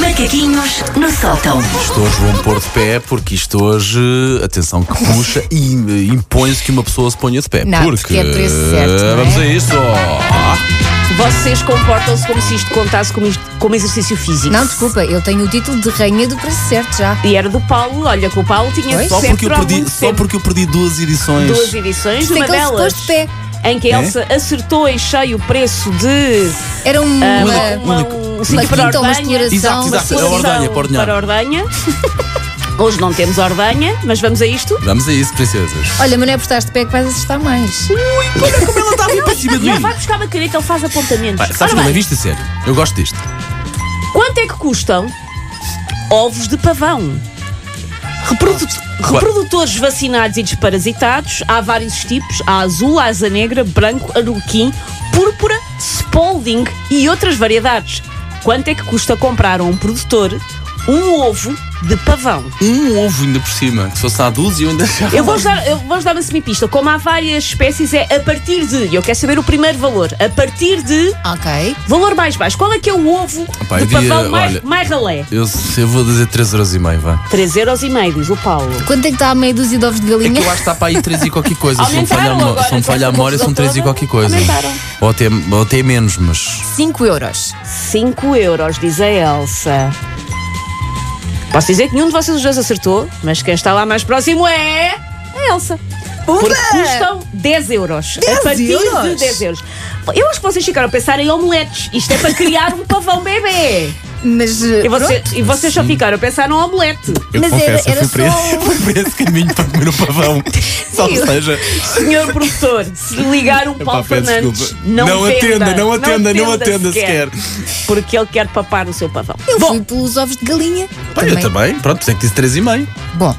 Macaquinhos no sótão. Isto hoje vou-me pôr de pé porque isto hoje, atenção, que puxa e eh, impõe-se que uma pessoa se ponha de pé. Não, porque é preço certo, não é? Vamos a isto! Vocês comportam-se como se isto contasse como, isto- como exercício físico. Não, desculpa, eu tenho o título de rainha do preço certo já. E era do Paulo, olha que o Paulo tinha Pois. Só, sempre porque eu há perdi, muito só tempo. porque eu perdi É? duas edições. duas edições, Isto é uma que ele se delas pôs de pé. em que a Elsa acertou em cheio o preço de Era um- ah, uma. Único, uma, único. um Uma sítio para quinta, uma assim. ordenha. exploração, Exato, uma exato. coisa A ordenha, Solução para ordenhar. para ordenha. Hoje não temos ordenha, mas vamos a isto. Vamos a isso, princesas. Olha, mas não é por estar de pé que vais assustar mais. Olha como ela está a vir para cima de Não mim. vai buscar bacaria que ele faz apontamentos. Pá, sabes Ora que eu bem, levei isto a sério? Eu gosto disto. Quanto é que custam ovos de pavão? Reprodu- reprodutores vacinados e desparasitados, há vários tipos: há azul, asa negra, branco, aruquim, púrpura, spalding e outras variedades. Quanto é que custa comprar a um produtor um ovo de pavão? Um ovo ainda por cima, que se fosse à dúzia eu ainda já. Eu vou-vos dar, eu vou-vos dar uma semipista. Como há várias espécies, é a partir de. Eu quero saber o primeiro valor. A partir de. Ok. Valor mais baixo. Qual é que é o ovo Epá, eu de diria, pavão mais, olha- mais ralé? Eu, eu vou dizer 3,5€, vá. 3 euros e meio, diz o Paulo. Quanto é que está a meia dúzia de ovos de É que galinha? eu acho que está para aí 3 e qualquer coisa. Se não me falha a Aumentaram memó- agora se não me com falha a esta memória, são confusão 3 e toda. qualquer coisa. Aumentaram. Ou até, ou até menos, mas. 5 euros. 5 euros, diz a Elsa. Posso dizer que nenhum de vocês os dois acertou, mas quem está lá mais próximo é a Elsa. Porque custam 10 euros. a partir de 10 euros. Eu acho que vocês ficaram a pensar em omeletes. Isto é para criar um pavão bebê. Mas. E, vocês- e vocês só ficaram a pensar num omelete. Eu Mas confesso, era- eu era fui para só esse- fui para esse caminho para comer o pavão. Só que Sim. seja. Senhor produtor, se ligar um Paulo Epá, peço Fernandes, desculpa. não, Não venda, atenda, não atenda, não atenda Porque ele quer papar o seu pavão. Eu Bom, fui pelos ovos de galinha. Pá, eu também, pronto, por isso é que disse 3,5. Bom.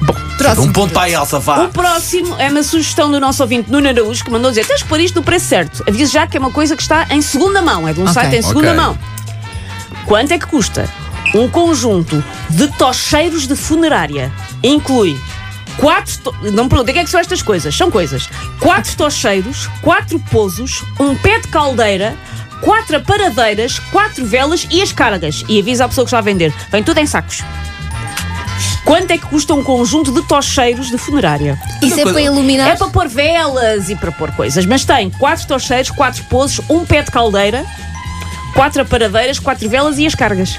Bom, Próximo. um ponto para a Elsa, O vá. próximo é uma sugestão do nosso ouvinte Nuno Araújo que mandou dizer: tens que pôr isto no preço certo. Aviso já que é uma coisa que está em segunda mão, é de um Ok. site em segunda Ok. mão. Quanto é que custa? Um conjunto de tocheiros de funerária inclui quatro. to- Não me perguntem o que é que são estas coisas, são coisas. Quatro tocheiros, quatro pousos, um pé de caldeira. Quatro aparadeiras, quatro velas e as cargas. E avisa a pessoa que está a vender. Vem tudo em sacos. Quanto é que custa um conjunto de tocheiros de funerária? Isso é coisa- para iluminar. É para pôr velas e para pôr coisas, mas tem quatro tocheiros, quatro pousos, um pé de caldeira, quatro aparadeiras, quatro velas e as cargas.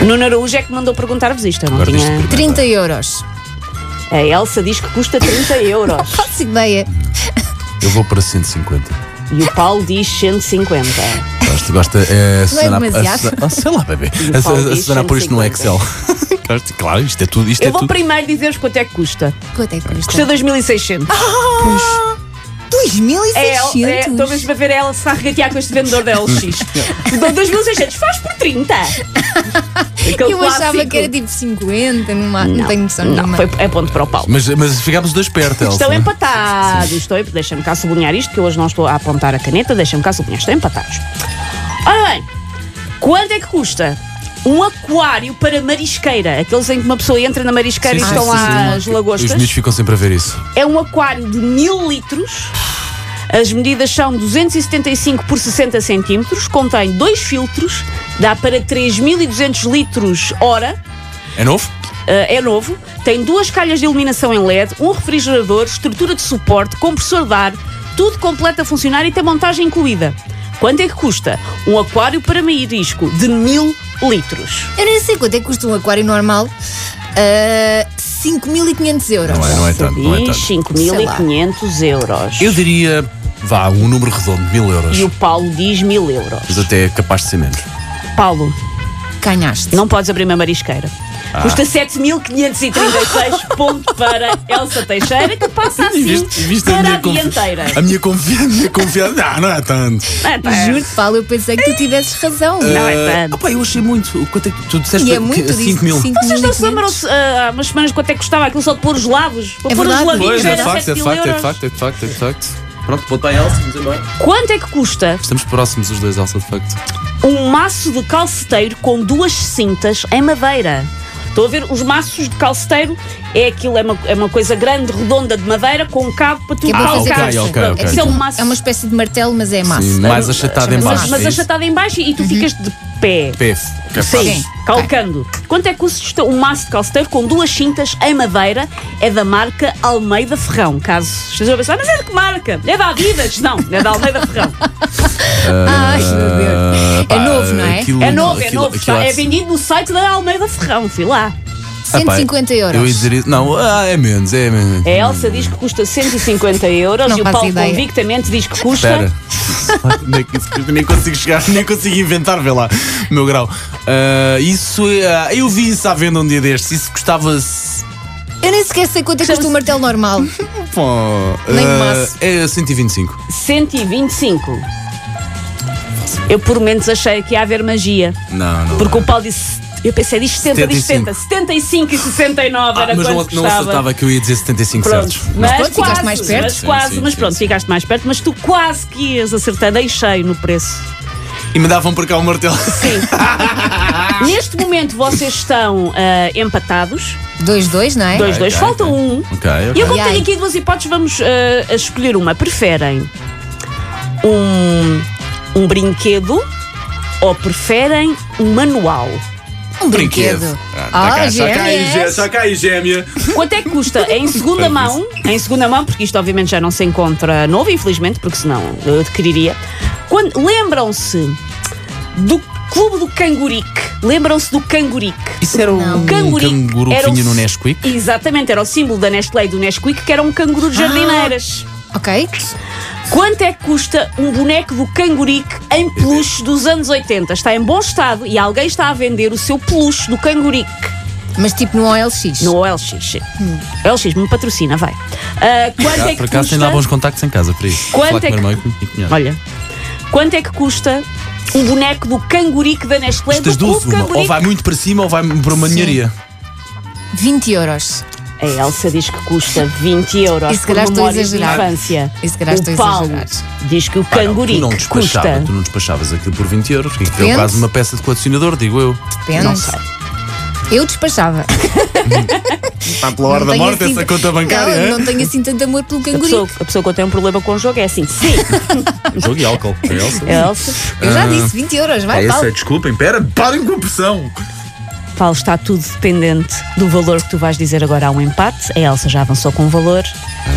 Nuno Araújo é que mandou perguntar-vos isto. eu Não Agora diz-te tinha... primeiro. 30 euros. A Elsa diz que custa 30 euros Faço ideia. Eu vou para 150. e o Paulo diz 150. Gosto, gosto. É, Susana- a demasiado. Susana- ah, sei lá, bebê. E o A, Paulo a, a diz Susana pôr isto no 150. Excel. Gosto, claro, isto é tudo. Isto Eu é vou tudo. primeiro dizer-vos quanto é que custa. Quanto é que Custa custa? 2.600. É, El- é, estou 2600. mesmo a ver ela se a regatear com este vendedor da LX. Dou 2.600, faz por 30. Aquele Eu achava clássico. que era tipo 50, numa, não, tenho noção Não, nenhuma. foi, é ponto para o Paulo. Mas, mas ficámos dois perto, Elsa. Estão empatados. Estou, em- deixa-me cá sublinhar isto, que eu hoje não estou a apontar a caneta. Deixa-me cá sublinhar. Estão empatados. Ora bem, quanto é que custa um aquário para marisqueira? Aqueles em que uma pessoa entra na marisqueira Sim, e sim, estão sim, lá sim. as Os miúdos lagostas. ficam sempre a ver isso. É um aquário de mil litros. As medidas são 275 por 60 centímetros. Contém dois filtros. Dá para 3.200 litros hora. É novo? Uh, é novo, tem duas calhas de iluminação em LED, um refrigerador, estrutura de suporte, compressor de ar, tudo completo a funcionar e tem montagem incluída. Quanto é que custa? Um aquário para marisco de mil litros. Eu nem sei quanto é que custa um aquário normal. Ah, 5.500 euros. Não é, não é tanto. Não é Diz tanto. 5.500 euros. Eu diria, vá, um número redondo, mil euros. E o Paulo diz mil euros. Mas até é capaz de ser menos. Paulo, Ganhaste. não podes abrir uma marisqueira. Ah. Custa 7.536 ponto para Elsa Teixeira, que passa assim para a confi- dianteira. A minha confiança. A minha confiança. Ah, não é tanto. Ah, pá. Juro-te, Paulo, eu pensei que tu tivesses razão. Não é Ah, tanto. pá, eu achei muito. O Quanto é que tu disseste? E é muito disso. 5 mil. Vocês não se lembram-se ah, há umas semanas quanto é que custava aquilo só de pôr os lados? Para É pôr os verdade. lavinhos Pois, é de era facto, é de 7 mil facto, é de euros. facto, é de facto, é de facto. Pronto, ponto para a Elsa, vamos embora. Quanto é que custa Estamos próximos os dois, Elsa, de facto. um maço de calceteiro com duas cintas em madeira? Estão a ver? Os maços de calceteiro é aquilo, é uma, é uma coisa grande, redonda de madeira, com um cabo para tu Que é para fazer calcares. Ah, ok, ok, ok. Tipo, Aquilo é um maço. É uma espécie de martelo, mas é massa. Sim, mais achatado em mas, baixo. mas é isso? achatado em baixo e tu ficas de pé. Pé. Pé Sim, Tá. fácil. calcando. Quanto é que custa um maço de calceteiro com duas cintas em madeira? É da marca Almeida Ferrão. Caso estejam a pensar, mas é de que marca? É da Adidas? Não, é da Almeida Ferrão. Ai, meu Deus. Ah, Pá, é novo, não é? aquilo- É novo, é aquilo- novo. aquilo está- há de É ser- vendido no site da Almeida Ferrão, fui lá. Ah, pá, 150 euros. Eu ia dizer isso. Não, ah, é menos, é menos. A Elsa diz que custa 150 euros Não e o faço Paulo ideia. convictamente diz que custa. Espera. Nem que isso- nem consigo chegar, nem consigo inventar, vê lá, o meu grau. Ah, isso é. ah, eu vi isso à venda um dia destes. Isso custava. Eu nem sequer sei quanto é que custa um martelo normal. Pô, Nem ah, maço. É 125. 125. Eu por menos achei que ia haver magia. Não, não. Porque o Paulo disse. Eu pensei, diz 70, diz 70, 75 e 69 Ah, era mas quanto não, não custava. acertava que eu ia dizer 75 Pronto, certos. mas, pronto, quase, ficaste mais perto. Mas Sim, quase, sim, mas sim, pronto, sim. ficaste mais perto, mas tu quase que ias acertando em cheio no preço. E mandavam para cá o martelo. Sim. Ah. Neste momento vocês estão ah, empatados, 2-2, não é? 2-2, ok, falta ok. um. Ok, E eu ok. vou Ai, ter ai. aqui duas hipóteses, vamos eh, a escolher uma. Preferem um, um brinquedo ou preferem um manual? Um brinquedo. tá Ah, GMS. cai gêmea. Quanto é que custa? Em segunda mão, em segunda mão, porque isto obviamente já não se encontra novo, infelizmente, porque senão eu adquiriria. Quando- Lembram-se do Clube do Cangurique? Lembram-se do Cangurique? Isso era um Cangurique canguru era um o finho no s- Nesquik? Ah! Exatamente, era o símbolo da Nestlé e do Nesquik, que era um canguru de jardineiras. Ok. Quanto é que custa um boneco do cangurique em peluche dos anos 80? Está em bom estado e alguém está a vender o seu peluche do cangurique Mas tipo no OLX. no OLX. OLX me patrocina, vai. Ah, quanto é que Hum. por acaso custa? ainda há bons contactos em casa, por isso. Quanto Falar com é o meu irmão que- e com- e com a minha Olha, quanto é que custa um boneco do cangurique da Nestlé Estas do duas, Clube uma. Ou Cangurique? vai muito para cima ou vai para uma ninharia. 20 euros. A Elsa diz que custa 20 euros E se calhar por estou a memórias de exagerar. infância. E se calhar o estou a Paulo exagerar. diz que o Ah, não, tu cangurique não despachava, custa... tu não despachavas aquilo por 20 euros, que aquilo é Depende. quase uma peça de colecionador, digo eu. Depende. Não sei. Eu despachava. Está pela Não tenho assim- é? Não, não tenho assim tanto amor pelo A pessoa, cangurique. a pessoa que tem um problema com o jogo é assim, sim, Jogo e álcool. É Elsa. Elsa... Eu já disse, 20 euros, Ah, É vai, Paulo. desculpem, pera, parem com a pressão. Paulo, está tudo dependente do valor que tu vais dizer agora há um empate. A Elsa já avançou com o valor.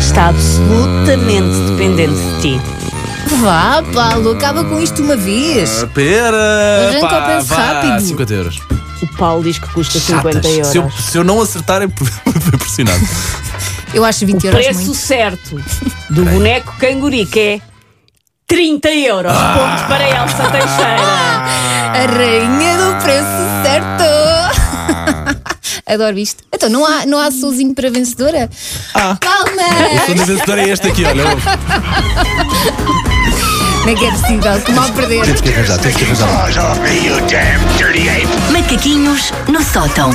Está absolutamente dependente de ti. Vá, Paulo, acaba com isto uma Ah. vez. Pera! Arranca o penso vá, rápido. 50 euros. O Paulo diz que custa 50 Chatas. euros. Se eu, se eu não acertar, é por- é pressionado. Eu acho 20 O euros preço muito. certo do boneco cangurique é 30 euros. Ah. Ponto para a Elsa Teixeira. A rainha do preço certo. Adoro isto. Então, não há, não há solzinho para vencedora? Ah. Palmas! O segundo vencedor é este aqui, olha. Não é que é possível, que mal perder. Temos que arranjar, temos que arranjar. paws off me, you damn dirty ape! Macaquinhos no sótão.